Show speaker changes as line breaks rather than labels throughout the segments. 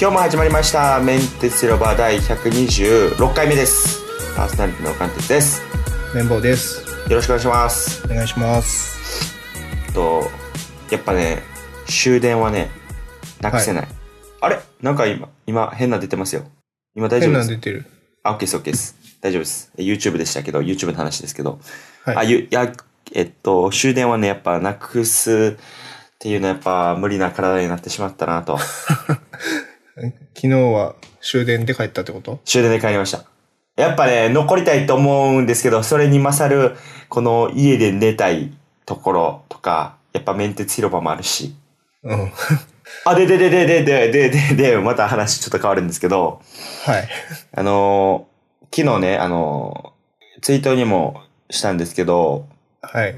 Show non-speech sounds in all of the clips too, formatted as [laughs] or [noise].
今日も始まりましたメンテスロバ第126回目ですパーソナリティの関徹です
綿棒です。
よろしくお願いします
お願いします。
えっとやっぱね終電はねなくせない、あれなんか今今変な出てますよ今大丈
変
夫
な
です
の出てる。
あ OK です OK です大丈夫ですえ YouTube でしたけど YouTube の話ですけど、
はい
あゆいやえっと終電はねやっぱなくすっていうのはやっぱ無理な体になってしまったなと
昨日は終電で帰ったってこと
終電で帰りました。やっぱね、残りたいと思うんですけど、それに勝る、この家で寝たいところとか、やっぱ面鉄広場もあるし。
うん。 [laughs] はい。
あ、ででででででででで、また話ちょっと変わるんですけど、あのー昨日ね、あのーツイートにもしたんですけど、
はい。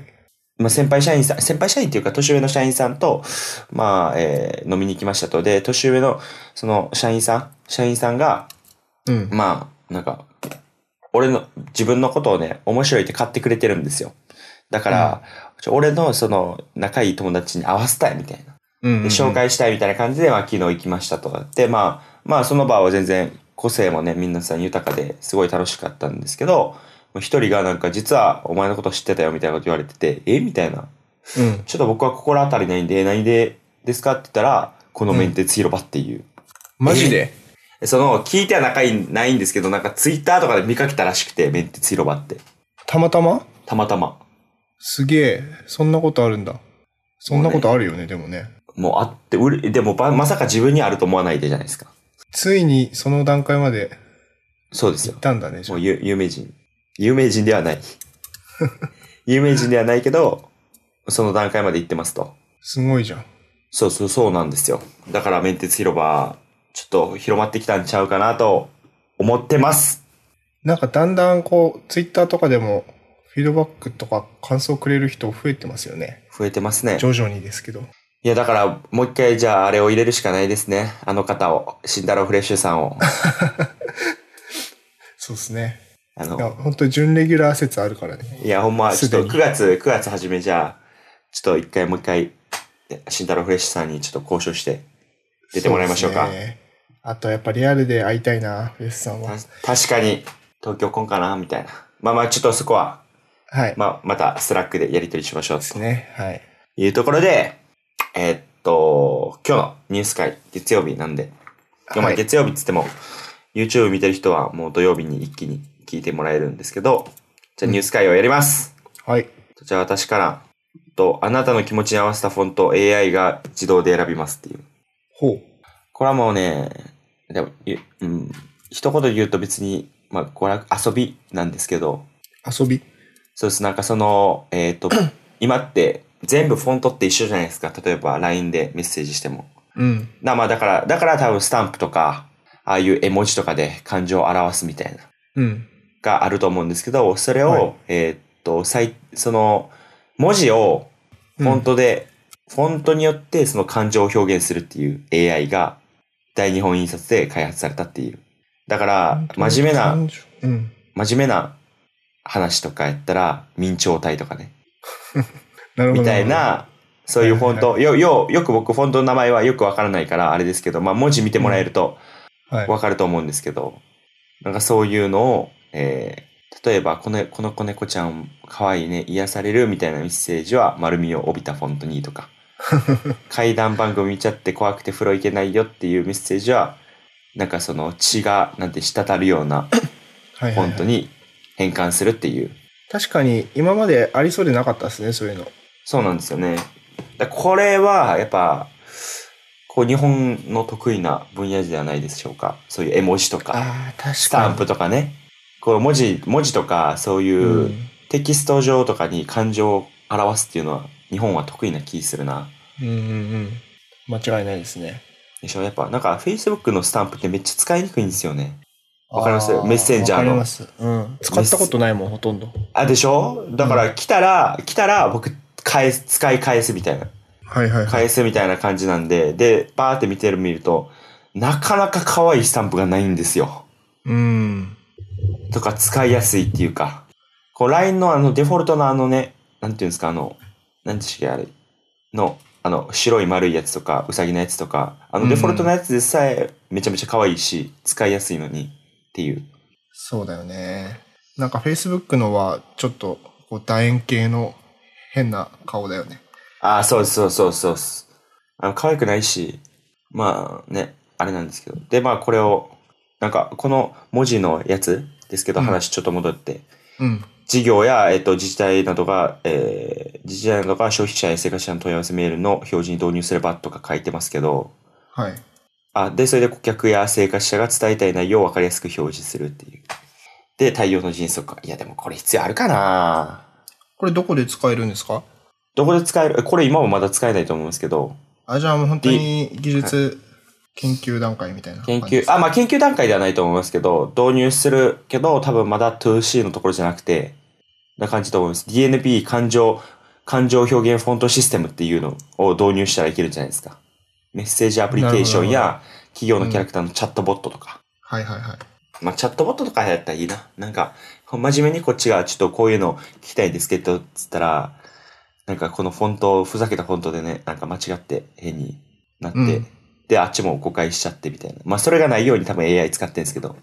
まあ、先輩社員さん、先輩社員っていうか、年上の社員さんと、まあ、えー飲みに行きましたと。で、年上の、その、社員さん、社員さんが、
うん。
まあ、なんか、俺の、自分のことをね、面白いって買ってくれてるんですよ。だから、ちょ俺のその、仲いい友達に合わせたいみたいな。
うんうんう
で
ん
紹。介したいみたいな感じで、まあ、昨日行きましたとかって、まあ、まあ、その場は全然、個性もね、皆さん豊かですごい楽しかったんですけど、もう一人がなんか、実はお前のこと知ってたよみたいなこと言われてて、えみたいな。
うん。
ちょっと僕は心当たりないんで、何でですかって言ったら、このメンテツ広場っていう。
マジで
その、聞いては仲いいないんですけど、なんかツイッターとかで見かけたらしくて、メンテツ広場って。
たまたま
たまたま。
すげえ。そんなことあるんだ。そんなことあるよね、でもね。
もうあって、うれでもばまさか自分にあると思わないでじゃないですか。
ついにその段階まで
そうですよ
行っ。たんだね、じ
も
ゃ
う有有名人。有名人ではない。有名人ではないけど、その段階まで行ってますと。
あすごいじゃん。
そうそう、そうなんですよ。だから、メンテツ広場、ちょっと広まってきたんちゃうかなと思ってます。
なんかだんだんこう、ツイッターとかでも、フィードバックとか感想くれる人増えてますよね。
増えてますね。
徐々にですけど。
いや、だから、もう一回、じゃあ、あれを入れるしかないですね。あの方を。慎太郎フレッシュさんを。
そうですね。
あ
いや、
の、
ほんと準レギュラー説あるからね。
いや、ほんま、ちょっ
すで
と
に
9月、9月初めじゃあ、ちょっと一回もう一回、慎太郎フレッシュさんにちょっと交渉して、出てもらいましょうか。
そですねあとやっぱリアルで会いたいな、フェスさんは。
た確かに、東京来んかなみたいな。まあまあ、ちょっとそこは、
はい。
まあ、またスラックでやり取りしましょう
です
と
ね。はい。
いうところで、えーっと、今日のニュース会、月曜日なんで、まあ
はい
月曜日っつっても、YouTube 見てる人はもう土曜日に一気に聞いてもらえるんですけど、じゃあニュース会をやります。
はい。
じゃあ私から、と、あなたの気持ちに合わせたフォントを AI が自動で選びますっていう。
ほう。
これはもうね、でもゆうん、一言で言うと別に、まあ、娯楽、遊びなんですけど、
遊び。
そうです、なんかその、えっ、と、今って全部フォントって一緒じゃないですか。例えば LINE でメッセージしても。
うん。
なまあだから、だから多分スタンプとか、ああいう絵文字とかで感情を表すみたいな。
うん。
があると思うんですけど、それを、
はい
えーっと、最、その、文字をフォントで、フォントによってその感情を表現するっていう AI が、大日本印刷で開発されたっていう。だから、真面目な、
感情。うん。
真面目な話とかやったら、明朝体とかね、
なるほど。
みたい
る
な、そういうフォント、よ、よ、よく僕フォントの名前はよくわからないから、あれですけど、まあ文字見てもらえると、
ほど。はい。
わかると思うんですけど、なんかそういうのを、えー例えばこの、この子猫ちゃん、可愛いね、癒されるみたいなメッセージは丸みを帯びたフォントにとか、怪談番組見ちゃって怖くて風呂行けないよっていうメッセージは、なんかその血が、なんて滴るような
はい
フ
はい
ォ
はい
ントに変換するっていう。
確かに今までありそうでなかったですね、そういうの。
そうなんですよね。だこれは、やっぱ、こう日本の得意な分野ではないでしょうか。そういう絵文字とか。
ああ、確かに。
スタンプとかね、こう文字、文字とかそういううテキスト上とかに感情を表すっていうのは日本は得意な気するな。
うん。うんうんうん。間違いないですね。
でしょやっぱなんか Facebook のスタンプってめっちゃ使いにくいんですよね。わかりますメッセンジャーの
わかります。うん。使ったことないもん、ほとんど。
あ、でしょだから来たら、来たら僕返す、使い返すみたいな。
はいはいはい。
返すみたいな感じなんで、で、バーって見てる見ると、なかなか可愛いスタンプがないんですよ。
うん。
とか使いやすいっていうか、こう LINE のあのデフォルトのあのね、なんていうんですか、あの、なんていうんですかあれ、の、あの、白い丸いやつとか、うさぎのやつとか、あの
うん
デフォルトのやつでさえ、めちゃめちゃ可愛いし、使いやすいのにっていう。
そうだよね。なんか Facebook のはちょっとこう楕円形の変な顔だよね。
ああ、そうですそうそうそうです。あの、可愛くないし、まあね、あれなんですけど。で、まあこれを、なんかこの文字のやつですけど、
うん
話ちょっと戻って、
うん。
事業や、えっと、自治体などが、えー自治体などが消費者や生活者の問い合わせメールの表示に導入すればとか書いてますけど、
はい。
あ、で、それで顧客や生活者が伝えたい内容を分かりやすく表示するっていう。で、対応の迅速化。いや、でもこれ必要あるかな
これどこで使えるんですか
どこで使えるえこれ今もまだ使えないと思うんですけど、
あ、じゃあもう本当に技術研究段階みたいな
研
感じで
究、
す。
あ、まあ研究段階ではないと思いますけど、導入するけど、多分まだ 2C のところじゃなくて、な感じと思います。DNP 感情、感情表現フォントシステムっていうのを導入したらいけるんじゃないですか。メッセージアプリケーション
な
や、企業のキャラクターのチャットボットとか。
はいはいはい。
まあチャットボットとかやったらいいな。なんか、真面目にこっちがちょっとこういうの聞きたいんですけど、つったら、なんかこのフォント、ふざけたフォントでね、なんか間違って変になって、
うん
で、あっちも誤解しちゃってみたいな。まあそれがないように多分 AI 使ってるんですけど、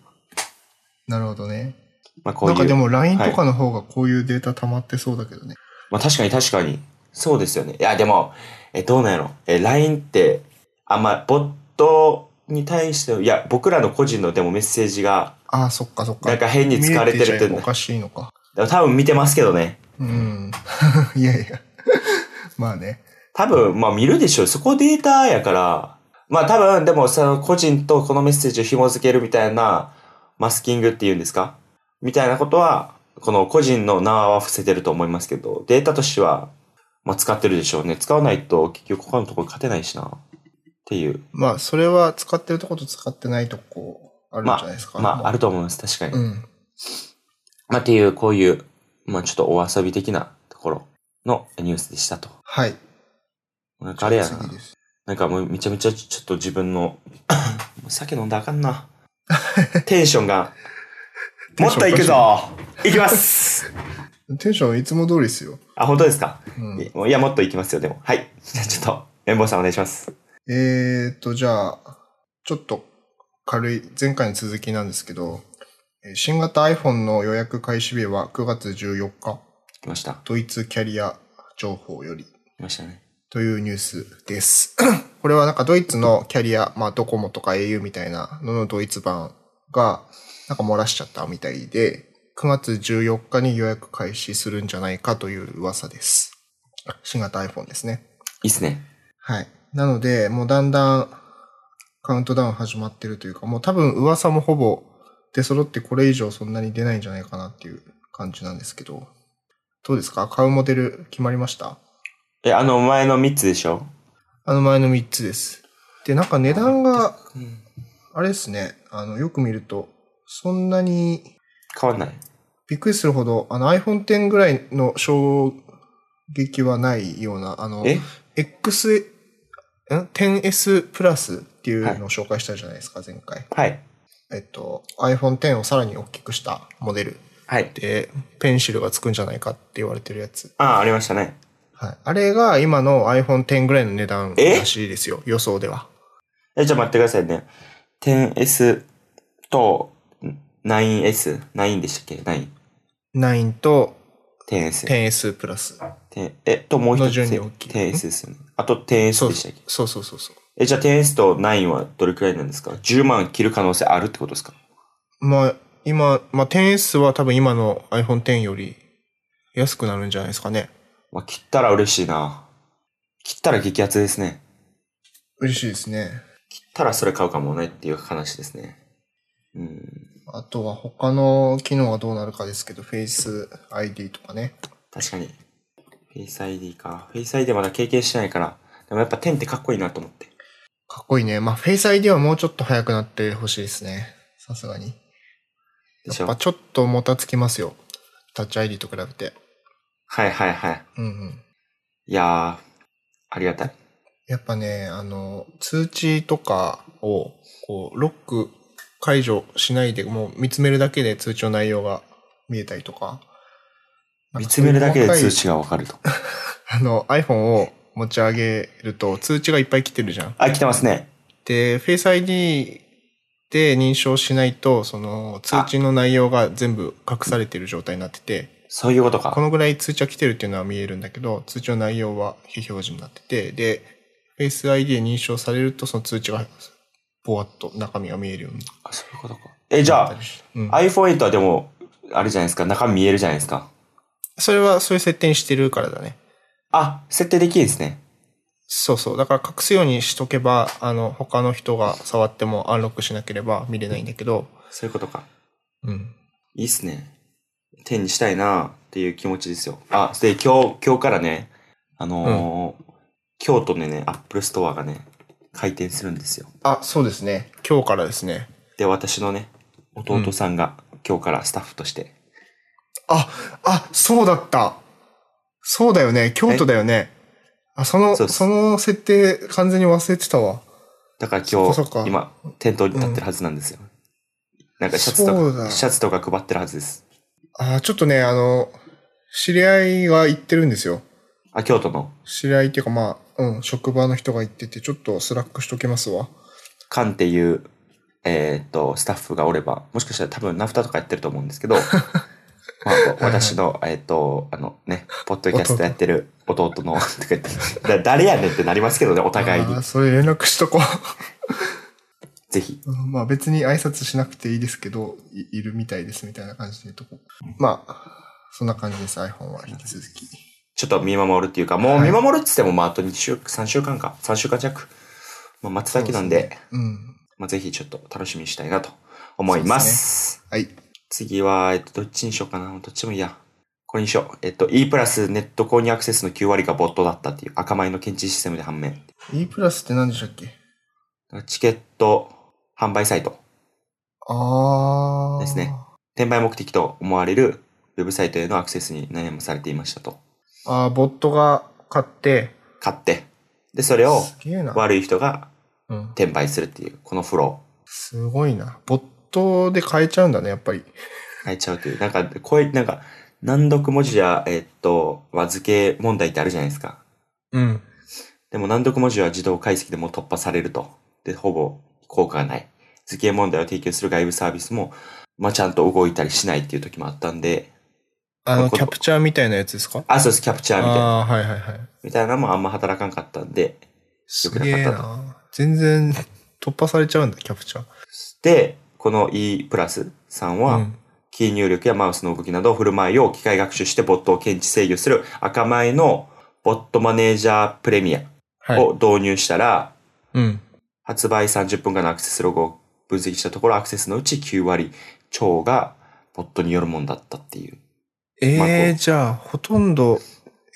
なるほどね。
まあこう
ないんか
う。
でも LINE とかの方がこういうデータ溜まってそうだけどね。
まあ確かに確かに。そうですよね。いや、でも、え、どうなんやろ。え、LINE って、あんま、ボットに対しての、いや、僕らの個人のでもメッセージが、
ああ、そっかそっか。
なんか変に使われてるって
見えちゃえばおかしいのか。
多分見てますけどね。
うん。 [laughs] いやい [laughs] や。まあね。
多分、まあ見るでしょう。そこデータやから。まあ多分、でもその個人とこのメッセージを紐付けるみたいな、マスキングっていうんですかみたいなことは、この個人の名は伏せてると思いますけど、データとしては、まあ使ってるでしょうね。使わないと結局他のところ勝てないしな。っていう。
まあ、それは使ってるとこと使ってないとこあるんじゃないですか。
まああると思います。確かに。
うん。
まあっていう、こういう、まあちょっとお遊び的なところのニュースでしたと。
はい。
なんかあれやな。
次です。
なんかもうめちゃめちゃちょっと自分の [coughs] 酒飲んだらあかんな。 [laughs] テンションが。
[laughs] テ
も
ンシ
っ
ョン
と行くぞ行き
[laughs]
ます
テンションいつも通りですよ。
あ、本当ですか、
うん、え
いや、もっと行きますよ、でも。はい。じゃあちょっと、綿棒さんお願いします。
ーっと、じゃあ、ちょっと軽い、前回の続きなんですけど、えー新型 iPhone の予約開始日は9月14日、
来ました。
ドイツキャリア情報より
来ましたね。
というニュースです。 [coughs] これはなんかドイツのキャリア、まあドコモとか au みたいなののドイツ版がなんか漏らしちゃったみたいで、9月14日に予約開始するんじゃないかという噂です。新型 iPhone ですね。
いいっすね。
はい。なので、もうだんだんカウントダウン始まってるというか、もう多分噂もほぼ出揃ってこれ以上そんなに出ないんじゃないかなっていう感じなんですけど、どうですか買うモデル決まりました
え、あの、前の3つでしょ
あの前の3つです。で、なんか値段が、
うん。
あれですね、あの、よく見ると、そんなに
変わんない。
びっくりするほど、あの iPhone X ぐらいの衝撃はないような、あの、
え
X、ん 10S プラスっていう
はい
のを紹介したじゃないですか、前回。
はい。
えっと、iPhone X をさらに大きくしたモデル
はい。
で、ペンシルがつくんじゃないかって言われてるやつ。
ああ、ありましたね。
はい。あれが今の iPhone X ぐらいの値段
え
らしいですよ、予想では。
え、ちょっと待ってくださいね。10S と 9S。9でしたっけ ?9。
9と
10S。
10S プラス。
てえっと、もう一
の
つ。
順に大きい
10S ですよね。あと 10S
そう
でしたっけ
そうそうそうそう。
え、じゃあ 10S と9はどれくらいなんですか ?10 万切る可能性あるってことですか
まあ、今、まあ、10S は多分今の iPhone X より安くなるんじゃないですかね。
まあ、切ったら嬉しいな。切ったら激アツですね。
嬉しいですね。
切ったらそれ買うかもねっていう話ですね。うん。
あとは他の機能がどうなるかですけど、Face ID とかね。
確かに。Face ID か。Face ID まだ経験してないから。でもやっぱ10ってかっこいいなと思って。
かっこいいね。まあ、Face ID はもうちょっと早くなってほしいですね。さすがに。
でし
やっぱ
ょ
ちょっともたつきますよ。タッチ ID と比べて。
はいはいはい。
うんうん。
いやー、ありがたい。
やっぱね、あの、通知とかを、こう、ロック解除しないで、もう見つめるだけで通知の内容が見えたりとか。なん
見
か
つ
そうい
め
う
るだけで
細かい
通知がわかると。
あの、iPhone を持ち上げると通知がいっぱい来てるじゃん。
あ、来てますね。
で、Face ID て認証しないと、その通知の内容が全部隠されている状態になってて、
そういうことか。
このぐらい通知は来てるっていうのは見えるんだけど、通知の内容は非表示になってて、で、Face ID 認証されるとその通知がぼわっと中身が見えるように
あそういうことか。え、じ
な
ゃ
った
あ
り、して。うん
iPhone8 はでも、あれじゃないですか、中身見えるじゃないですか。
それはそういう設定にしてるからだね。
あ、設定できるんですね。
そうそう。だから隠すようにしとけば、あの、他の人が触ってもアンロックしなければ見れないんだけど、
そういうことか。
うん。
いいっすね。手にしたいなっていう気持ちですよ。あ、で、今日、今日からね、あのー京都でね、Apple Store がね、開店するんですよ。
あ、そうですね。今日からですね。
で、私のね、弟さんが今日からスタッフとして、
あ、あ、そうだった。そうだよね。京都だよね。あ、その、
そ
そう
です
の設定完全に忘れてたわ。
だから
そっ
今
かそっか
日、今、店頭に立ってるはずなんですよ。なんかシャツと
そうだ
か、シャツとか配ってるはずです。
あ、ちょっとね、あの、知り合いが行ってるんですよ。
あ、京都の
知り合いっていうかまあ、うん、職場の人が行ってて、ちょっとスラックしときますわ。
カンっていう、えーっと、スタッフがおれば、もしかしたら多分ナフタとかやってると思うんですけ
[laughs]
ど、まあ、私の、えーっと、あのね、ポッドキャストやってる弟の、とか言ってだ誰やねんってなりますけどね、お互い
あ
に
ー。それ連絡しとこ
ぜひ。
[laughs] う。うんまあ別に挨拶しなくていいですけど、いいるみたいですみたいな感じで言うとこ。まあ、そんな感じです、iPhone は引き続き。
ちょっと見守るっていうか、もう
はい
見守るって言っても、まあ、あと2週、3週間か、3週間弱、まあ、待つだけなんで、
うん。
まあ、ぜひちょっと楽しみにしたいなと思います。
はい。
次は、えっと、どっちにしようかな。どっちもいいや。これにしよう。えっと、E プラスネット購入アクセスの9割がボットだったっていう赤米の検知システムで判明。
E プラスって何でしたっけ
チケット販売サイト、
あー。
ですね。転売目的と思われるウェブサイトへのアクセスに悩まされていましたと。
あー、ボットが買って、
買って、で、それを
すげえな。
悪い人が
うん。
転売するっていう、このフロ
すごいな。ボットで買えちゃうんだね、やっぱり。
ー、変えちゃうという。なんか、こういう、なんか、難読文字じゃ、えっと、和付け問題ってあるじゃないですか。
うん。
でも難読文字は自動解析でも突破されると。で、ほぼ効果がない。図形問題を提供する外部サービスも、まあ、ちゃんと動いたりしないっていう時もあったんで、ま
あ
あ
の、
こ
キャプチャーみたいなやつですか
あ、そうです、キャプチャーみたいな。
あー、はいはいはい。
みたいなのもあんま働かんかったんで、
す
くなかったと
げえな。全然突破されちゃうんだ、キャプチャー。
で、この E プラスさんは、
うん
キー入力やマウスの動きなど振る舞いを機械学習してボットを検知制御する赤米のボットマネージャープレミア
はい。
を導入したら、
うん。
発売30分間のアクセスログを分析したところアクセスのうち9割超がボットによるもんだったっていう。 [laughs]
え
まあ
え
こ
ー、じゃあ、ほとんど、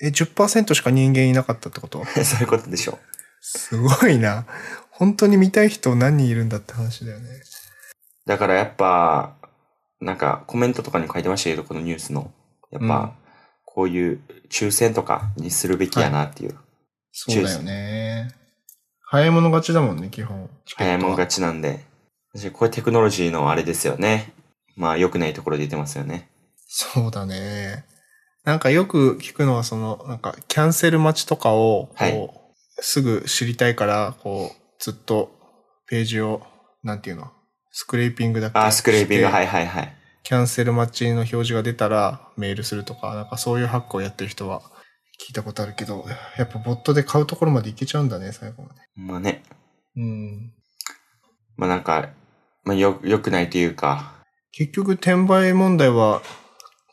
え、10%しか人間いなかったってこと
そういうことでしょう。
すごいな。本当に見たい人何人いるんだって話だよね。
だからやっぱ、なんかコメントとかに書いてましたけど、このニュースの。やっ
う
ぱ、こういう抽選とかにするべきやなっていう。
そうだよね。早い者勝ちだもんね、基本。
早いもん勝
ち。
ちなんで。これテクノロジーのあれですよね。まあ良くないところで出てますよね。
そうだね。なんかよく聞くのは、その、なんか、キャンセル待ちとかを、こう、
はい
すぐ知りたいから、こう、ずっと、ページを、なんていうの、スクレーピングだっけ
あー、スクレーピング、
して
はいはいはい。
キャンセル待ちの表示が出たらメールするとか、なんかそういうハックをやってる人は聞いたことあるけど、やっぱボットで買うところまでいけちゃうんだね、最後まで。
まあね。
うん。
まあなんか、まあよ、良くないというか、
結局転売問題は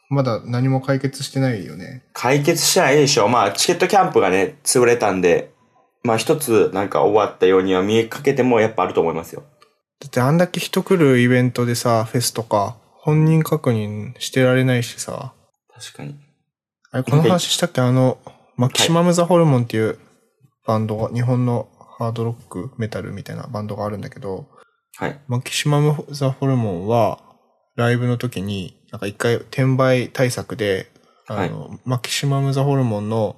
まだ何も解決してないよね。
解決しないでしょ。まあチケットキャンプがね、潰れたんで、まあ一つなんか終わったようには見えかけてもやっぱあると思いますよ。
だってあんだけ人来るイベントでさ、フェスとか、本人確認してられないしさ、
確かに。
あれ、この話したっけあの、マキシマム・ザ・ホルモンっていうバンドが、日本のハードロック、メタルみたいなバンドがあるんだけど、
はい。
マキシマム・ザ・ホルモンは、ライブの時に、なんか一回転売対策で、あの、マキシマム・ザ・ホルモンの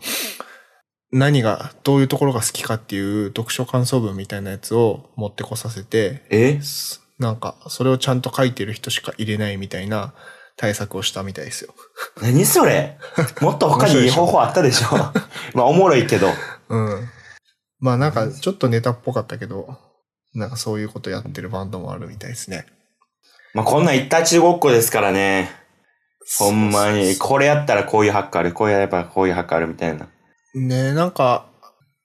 何が、どういうところが好きかっていう読書感想文みたいなやつを持ってこさせて、
え
すなんか、それをちゃんと書いてる人しか入れないみたいな対策をしたみたいですよ。
何それもっと他にいい方法あったでしょ。 [laughs] まあおもろいけど。
うん。まあなんか、ちょっとネタっぽかったけど、なんかそういうことやってるバンドもあるみたいですね。
まあ、こんなん一対一ごっこですからね。ほんまに、
そうそう
これやったらこういうハックある、こうやればこういうハックあるみたいな。
そうねなんか、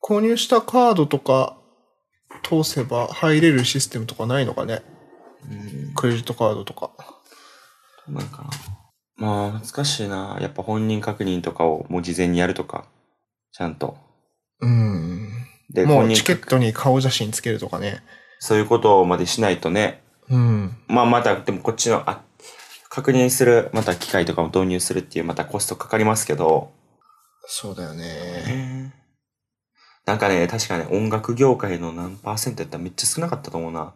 購入したカードとか通せば入れるシステムとかないのかね。
うん、
クレジットカードとか。
なんかな。まあ、難しいな。やっぱ本人確認とかをもう事前にやるとか、ちゃんと。
うん。
で、
も
本
う
人
チケットに顔写真つけるとかね。
そういうことまでしないとね。
うん。
まあ、また、でもこっちの、あ、確認する、また機械とかも導入するっていう、またコストかかりますけど。
そうだよね。
なんかね、確かね、音楽業界の何パーセントやったらめっちゃ少なかったと思うな。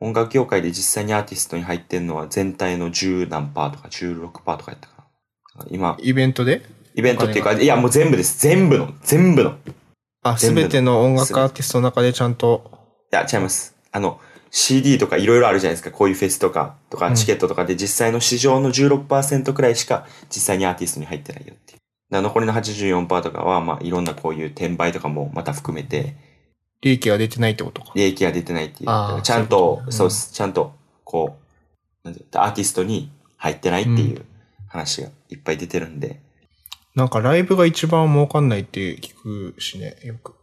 音楽業界で実際にアーティストに入ってんのは全体の10何パーとか16パーとかやったかな。今、
イベントで
イベントっていうか、
お金が
いやもう全部です。全部の。全部の。い
あ、す
全部
べての音楽アーティストの中でちゃんと。
や、違います。あの、CD とかいろいろあるじゃないですか。こういうフェスとか、と
う
か
ん
チケットとかで実際の市場の16%くらいしか実際にアーティストに入ってないよっていう。だから残りの84%とかは、まあいろんなこういう転売とかもまた含めて、
利益が出てないってことか。
利益が出てないっていう。
あー
だからちゃんと、
そ
そう
い
う
うことね
です。ちゃんと、こう、なんていうのアーティストに入ってないっていう話がいっぱい出てるんで。
なんかライブが一番儲かんないって聞くしね、よく。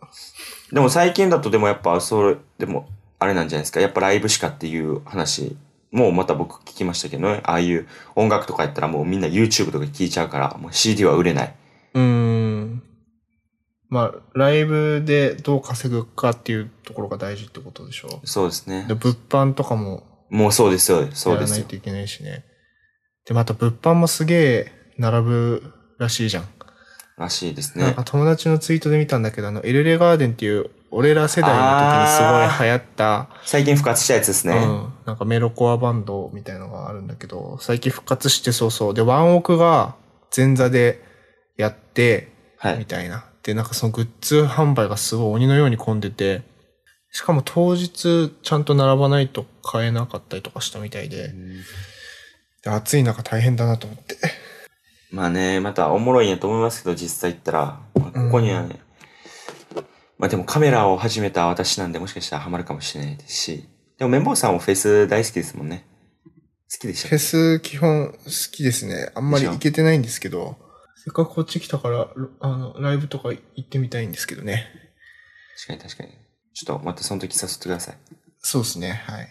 でも最近だとでもやっぱ、それ、でも、あれなんじゃないですか。やっぱライブしかっていう話もまた僕聞きましたけどね。ああいう音楽とかやったらもうみんな YouTube とか聞いちゃうから、もう CD は売れない。
うーん。まあ、ライブでどう稼ぐかっていうところが大事ってことでしょ
そうですね
で、。物販とかも
もうそうですよ。そ
や
うで
らな
す
い
よ。
といけないしね。で、また物販もすげえ並ぶらしいじゃん。
らしいです
なん
ね
か。友達のツイートで見たんだけど、あの、エルレガーデンっていう、俺ら世代の時にすごい流行った、
最近復活したやつですね。
うん、なんかメロコアバンドみたいのがあるんだけど、最近復活してそうそう。で、ワンオクが前座でやって、
はい
み。たいな。で、なんかそのグッズ販売がすごい鬼のように混んでて、しかも当日ちゃんと並ばないと買えなかったりとかしたみたいで、で暑い中大変だなと思って。
まあね、またおもろいんやと思いますけど、実際行ったら、まあここにはね、まあでもカメラを始めた私なんで、もしかしたらハマるかもしれないですし、でも綿棒さんもフェス大好きですもんね。好きでし
フ
た
ェス基本好きですね。あんまり行けてないんですけど、せっかくこっち来たから、ろあの、ライブとか行ってみたいんですけどね。
確かに確かに。ちょっとまたその時誘ってください。
そうですね。はい。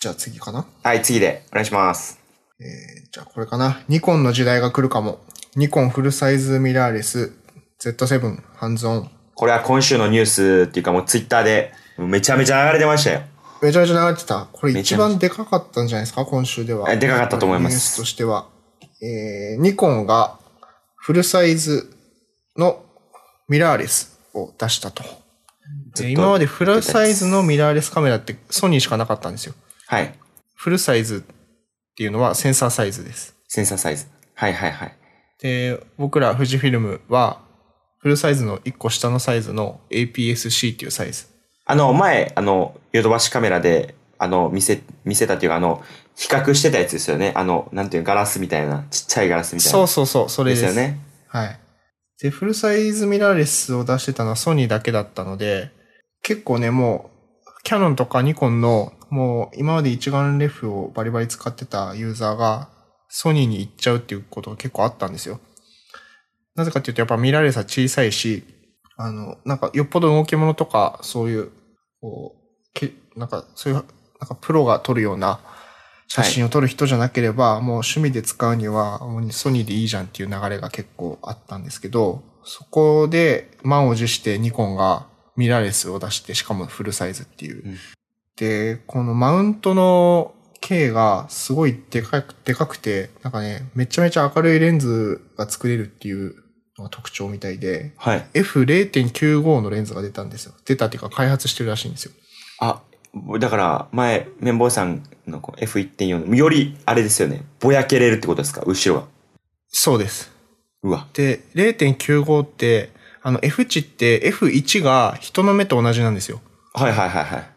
じゃあ次かな
はい、次でお願いします。
えーじゃあこれかな。ニコンの時代が来るかも。ニコンフルサイズミラーレス Z7 ハンズオン。
これは今週のニュースっていうかもうツイッターでめちゃめちゃ流れてましたよ。
めちゃめちゃ流れてた。これ
めち
一
ゃめちゃ
番でかかったんじゃないですか今週では。
えでかかったと思います
ニュースとしては。えーニコンがフルサイズのミラーレスを出したと。
ずっと
で今までフルサイズのミラーレスカメラってソニーしかなかったんですよ。
はい。
フルサイズっていうのはセンサーサイズです。
センサーサイズ。はいはいはい。
で、僕ら富士フィルムは、フルサイズの1個下のサイズの APS-C っていうサイズ。
あの、前、あの、ヨドバシカメラで、あの、見せ、見せたっていうか、あの、比較してたやつですよね。あの、なんていうのガラスみたいな、ちっちゃいガラスみたいな。
そうそうそう、それ
で
ですす。
よ。ね。
はい。で、フルサイズミラーレスを出してたのはソニーだけだったので、結構ね、もう、キャノンとかニコンの、もう今まで一眼レフをバリバリ使ってたユーザーが、ソニーに行っちゃうっていうことが結構あったんですよ。なぜかっていうと、やっぱミラーレスは小さいし、あの、なんか、よっぽど動き物とか、そういう、こう、けなんか、そういう、なんか、プロが撮るような写真を撮る人じゃなければ、もう趣味で使うには、もうソニーでいいじゃんっていう流れが結構あったんですけど、そこで満を持してニコンがミラーレスを出して、しかもフルサイズっていう。
うん
で、このマウントの径がすごいでかく、でかくて、なんかね、めちゃめちゃ明るいレンズが作れるっていうのが特徴みたいで、
はい。
F0.95 のレンズが出たんですよ。出たっていうか開発してるらしいんですよ。
あ、だから、前、綿棒さんのこう F1.4 の、より、あれですよね。ぼやけれるってことですか後ろが。
そうです。
うわ。
で、0.95って、あの F 値って F1 が人の目と同じなんですよ。
はいはいはいはい。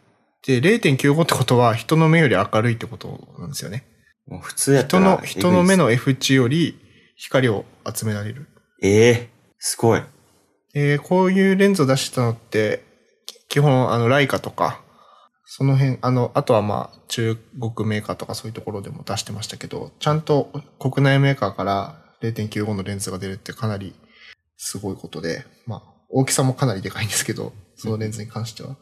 で、0.95ってことは人の目より明るいってことなんですよね。
もう普通やった
人
ら
の、人の目
の。
の F 値より光を集められる。
ええすごい。
で、こういうレンズを出してたのって、き基本あのライカとか、その辺、あの、あとはまあ、中国メーカーとかそういうところでも出してましたけど、ちゃんと国内メーカーから0.95のレンズが出るってかなりすごいことで、まあ、大きさもかなりでかいんですけど、そのレンズに関しては。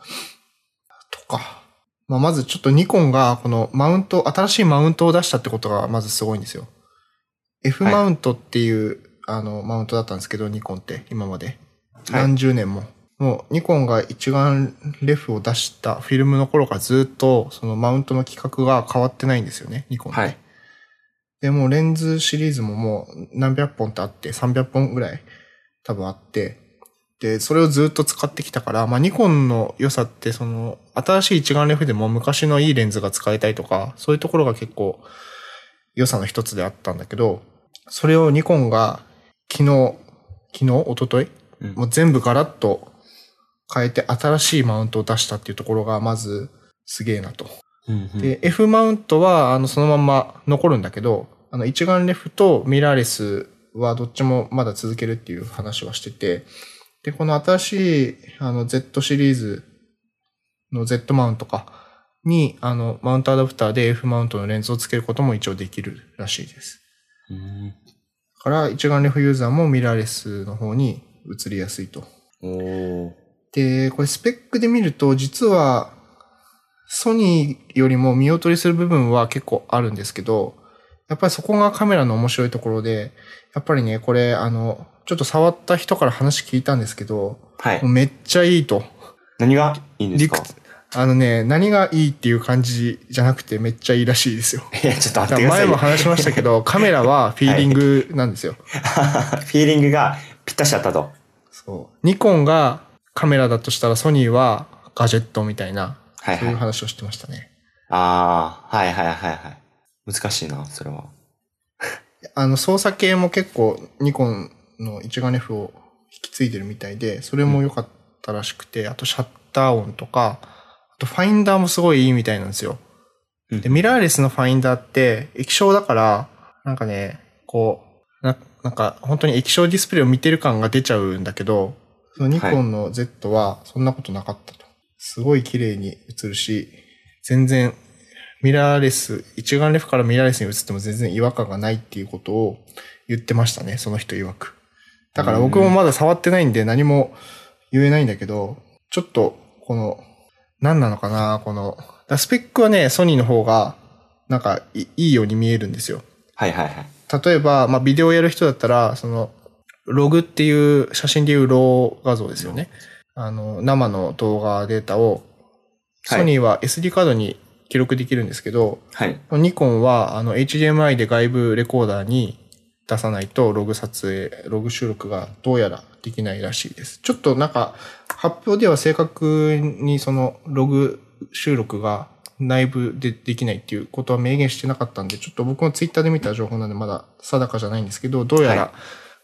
とか。まあ、まずちょっとニコンが、このマウント、新しいマウントを出したってことがまずすごいんですよ。F
はい
マウントっていう、あの、マウントだったんですけど、ニコンって、今まで。
はい
何十年も。もう、ニコンが一眼レフを出したフィルムの頃からずっと、そのマウントの規格が変わってないんですよね、ニコンって。
はい。
で、もうレンズシリーズももう何百本ってあって、300本ぐらい多分あって、で、それをずっと使ってきたから、まあニコンの良さって、その、新しい一眼レフでも昔のいいレンズが使えたりとか、そういうところが結構良さの一つであったんだけど、それをニコンが昨日、昨日、一昨日
うん
もう全部ガラッと変えて新しいマウントを出したっていうところがまずすげえなと。
うんうん
で、F マウントは、あの、そのまんま残るんだけど、あの、一眼レフとミラーレスはどっちもまだ続けるっていう話はしてて、で、この新しい、あの、Z シリーズの Z マウントかに、あの、マウントアダプターで F マウントのレンズをつけることも一応できるらしいです。
うん
だから、一眼レフユーザーもミラーレスの方に移りやすいと。
おー
で、これスペックで見ると、実は、ソニーよりも見劣りする部分は結構あるんですけど、やっぱりそこがカメラの面白いところで、やっぱりね、これ、あの、ちょっと触った人から話聞いたんですけど、
はい
もう。めっちゃいいと。
何がいいんですか
理屈あのね、何がいいっていう感じじゃなくてめっちゃいいらしいですよ。
[laughs] いや、ちょっと待ってくださ
前
い
も
よ。
話しましたけど、カメラはフィーリングなんですよ。
[laughs] フィーリングがぴったしだったと。
そう。ニコンがカメラだとしたらソニーはガジェットみたいな、
はい
そう
はい
いう。話をしてましたね。
ああ、はいはいはいはい。難しいな、それは。
あの、操作系も結構ニコンの一眼レフを引き継いでるみたいで、それも良かったらしくて、あとシャッター音とか、あとファインダーもすごいいいみたいなんですよ。
うん
で、ミラーレスのファインダーって液晶だから、なんかね、こう、ななんか本当に液晶ディスプレイを見てる感が出ちゃうんだけど、そのニコンの Z はそんなことなかったと。すごい綺麗に映るし、全然ミラーレス、一眼レフからミラーレスに移っても全然違和感がないっていうことを言ってましたね、その人曰く。だから僕もまだ触ってないんで何も言えないんだけど、ちょっと、この、何なのかな、この、だからスペックはね、ソニーの方が、なんかいいいように見えるんですよ。
はいはいはい。
例えば、まあ、ビデオやる人だったら、その、ログっていう、写真でいうロー画像ですよね。あの、生の動画データを、
はい
ソニーは SD カードに記録できるんですけど、
はい。
ニコンは、あの、HDMI で外部レコーダーに出さないと、ログ撮影、ログ収録がどうやらできないらしいです。ちょっとなんか、発表では正確にその、ログ収録が内部でできないっていうことは明言してなかったんで、ちょっと僕もツイッターで見た情報なんでまだ定かじゃないんですけど、どうや
はい
ら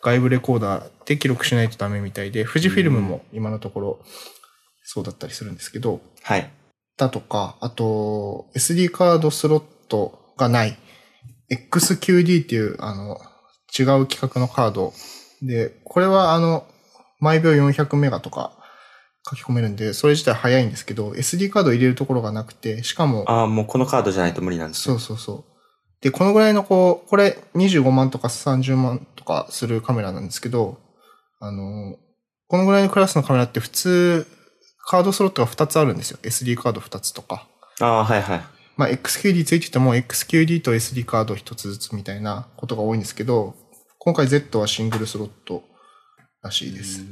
外部レコーダーで記録しないとダメみたいで、富士フィルムも今のところそうだったりするんですけど、
はい。
だとか、あと、SD カードスロットがない、XQD っていう、あの、違う規格のカード。で、これはあの、毎秒400メガとか書き込めるんで、それ自体早いんですけど、SD カード入れるところがなくて、しかも、
ああ、もうこのカードじゃないと無理なんです
そ
ね
うそうそう。で、このぐらいのこう、これ25万とか30万とかするカメラなんですけど、あの、このぐらいのクラスのカメラって普通、カードスロットが2つあるんですよ。SD カード2つとか。
ああ、はいはい。
まあ、XQD ついてても XQD と SD カード一つずつみたいなことが多いんですけど、今回 Z はシングルスロットらしいです。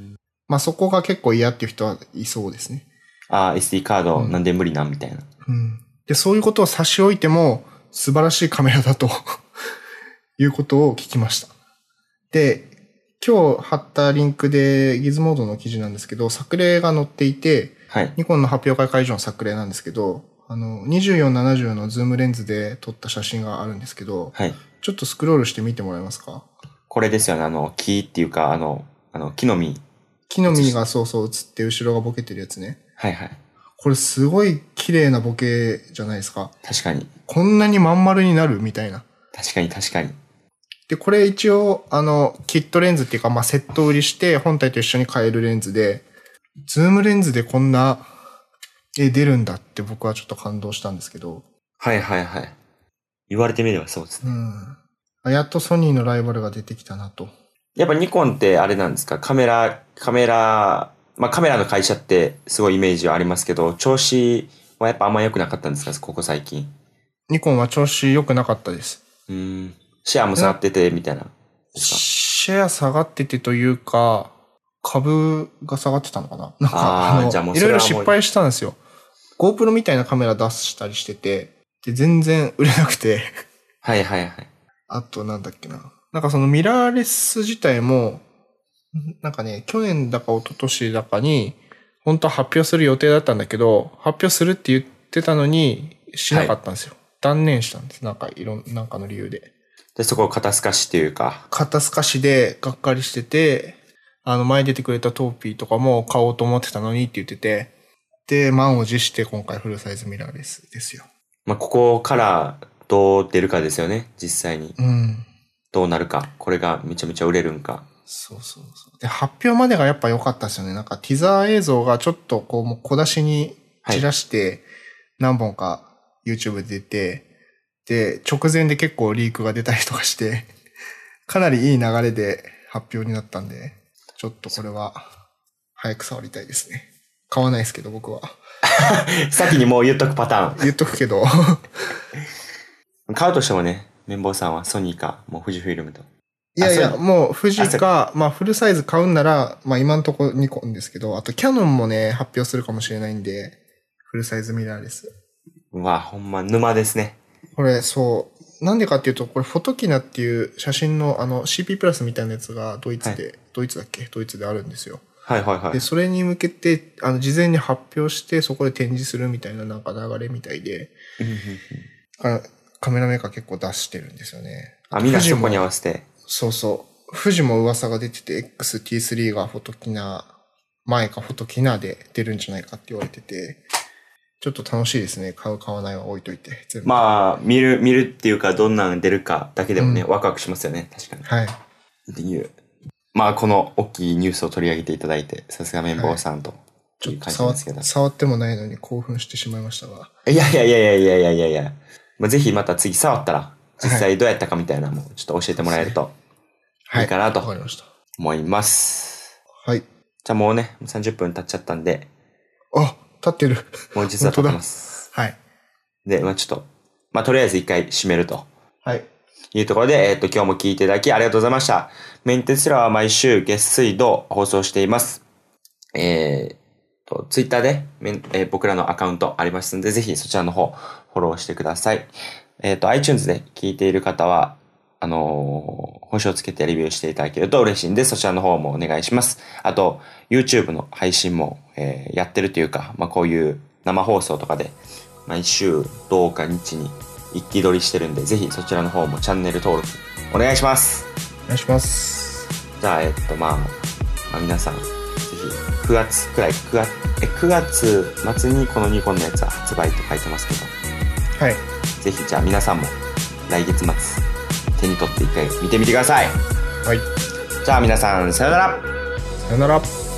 まあ、そこが結構嫌っていう人はいそうですね。
ああ、SD カード、
うん
なんで無理なんみたいな。
うん。で、そういうことを差し置いても素晴らしいカメラだと [laughs] いうことを聞きました。で、今日貼ったリンクでギズモードの記事なんですけど、作例が載っていて、
はい。
ニコンの発表会会場の作例なんですけど、あの、2470のズームレンズで撮った写真があるんですけど、
はい。
ちょっとスクロールして見てもらえますか
これですよね。あの、木っていうか、あの、あの木の実。
木の実がそうそう映って後ろがボケてるやつね。
はいはい。
これすごい綺麗なボケじゃないですか。
確かに。
こんなにまん丸になるみたいな。
確かに確かに。
で、これ一応、あの、キットレンズっていうか、まあ、セット売りして、本体と一緒に買えるレンズで、ズームレンズでこんなで出るんだって僕はちょっと感動したんですけど、
はいはいはい。言われてみればそうですね。
うん。あやっとソニーのライバルが出てきたなと。
やっぱニコンってあれなんですかカメラ、カメラ、まあカメラの会社ってすごいイメージはありますけど、調子はやっぱあんま良くなかったんですかここ最近。
ニコンは調子良くなかったです。
うーん。シェアも下がってて、みたいな。ですか
シェア下がっててというか、株が下がってたのかなな
あ
んか、
ー
あ
じゃあも
の、
う
い
そ
ろ
れ
い
はもう
ろ失敗したんですよ。GoPro みたいなカメラ出したりしてて、で、全然売れなくて。 [laughs]
はいはいはい。
あと、なんだっけな。なんかそのミラーレス自体も、なんかね、去年だか一昨年だかに、本当は発表する予定だったんだけど、発表するって言ってたのに、しなかったんですよ。断念したんです。なんか、いろん、なんかの理由で。
で、そこを肩透かしっていうか。
肩透かしでがっかりしてて、あの、前出てくれたトーピーとかも買おうと思ってたのにって言ってて、で、満を持して今回フルサイズミラーレスですよ。
まあここからどう出るかですよね。実際に。
うん。
どうなるか。これがめちゃめちゃ売れるんか。
そうそうそう。で、発表までがやっぱ良かったですよね。なんかティザー映像がちょっとこうもう小出しに散らして何本か YouTube で出て、で、直前で結構リークが出たりとかして、 [laughs] かなりいい流れで発表になったんで、ちょっとこれは早く触りたいですね。買わないですけど僕は。
先にもう言っとくパターン。
言っとくけど。
買うとしてもね、綿棒さんはソニーか、もう富士フィルムと。
いやい
あそ
や、
う
もう富士
あそう
か、まあフルサイズ買うんなら、まあ今んとこニコンですけど、あとキャノンもね、発表するかもしれないんで、フルサイズミラーレス。
うわ、ほんま沼ですね。
これ、そう、なんでかっていうと、これフォトキナっていう写真のあの CP プラスみたいなやつがドイツで、ドイツだっけドイツであるんですよ。
はいはいはい
で、。それに向けて、あの事前に発表して、そこで展示するみたいななんか流れみたいで、
うんうんうん
だからカメラメーカー結構出してるんですよね。
あ、みんな
富士
そ
も
こに合わせて。
そうそう。富士も噂が出てて、XT3 がフォトキナ前かフォトキナで出るんじゃないかって言われてて、ちょっと楽しいですね。買う、買わないは置いといて。全部。
まあ、見る、見るっていうか、どんなん出るかだけでもね、
う
ワクワクしますよね。確かに。
はい。
っていう。まあ、この大きいニュースを取り上げていただいて、さすが綿棒さんと。
ちょっ
いう
と
感じ
触
で
っ
すけど。
触ってもないのに興奮してしまいましたが。
いやいやいやいやいやいやいやまあ、ぜひまた次触ったら、実際どうやったかみたいなのも、ちょっと教えてもらえると
はい。
いいかなと
わかりました。
思います。
はい。
じゃあもうね、30分経っちゃったんで、
あ、立ってる。
もう実は経ってます。
はい。
で、まあちょっと、まあとりあえず一回締めると
はい。
いうところで、えっ、と、今日も聞いていただきありがとうございました。メンテスラは毎週月水土放送しています。えー、と、ツイッターでメン、えー僕らのアカウントありますので、ぜひそちらの方、フォローしてください。えっ、と、iTunes で聞いている方は、あのー星をつけてレビューしていただけると嬉しいんで、そちらの方もお願いします。あと、YouTube の配信も、えーやってるというか、まあ、こういう生放送とかで、毎週、どうか日に一気撮りしてるんで、ぜひそちらの方もチャンネル登録お願いします。
お願いします。
じゃあ、えっと、まあ、まあ、皆さん、ぜひ、9月くらい、9月、え、9月末にこのニコンのやつは発売って書いてますけど、
はい。
ぜひ、じゃあ皆さんも、来月末、手に取って一回見てみてください。
はい。
じゃあ皆さん、さよなら
さよなら。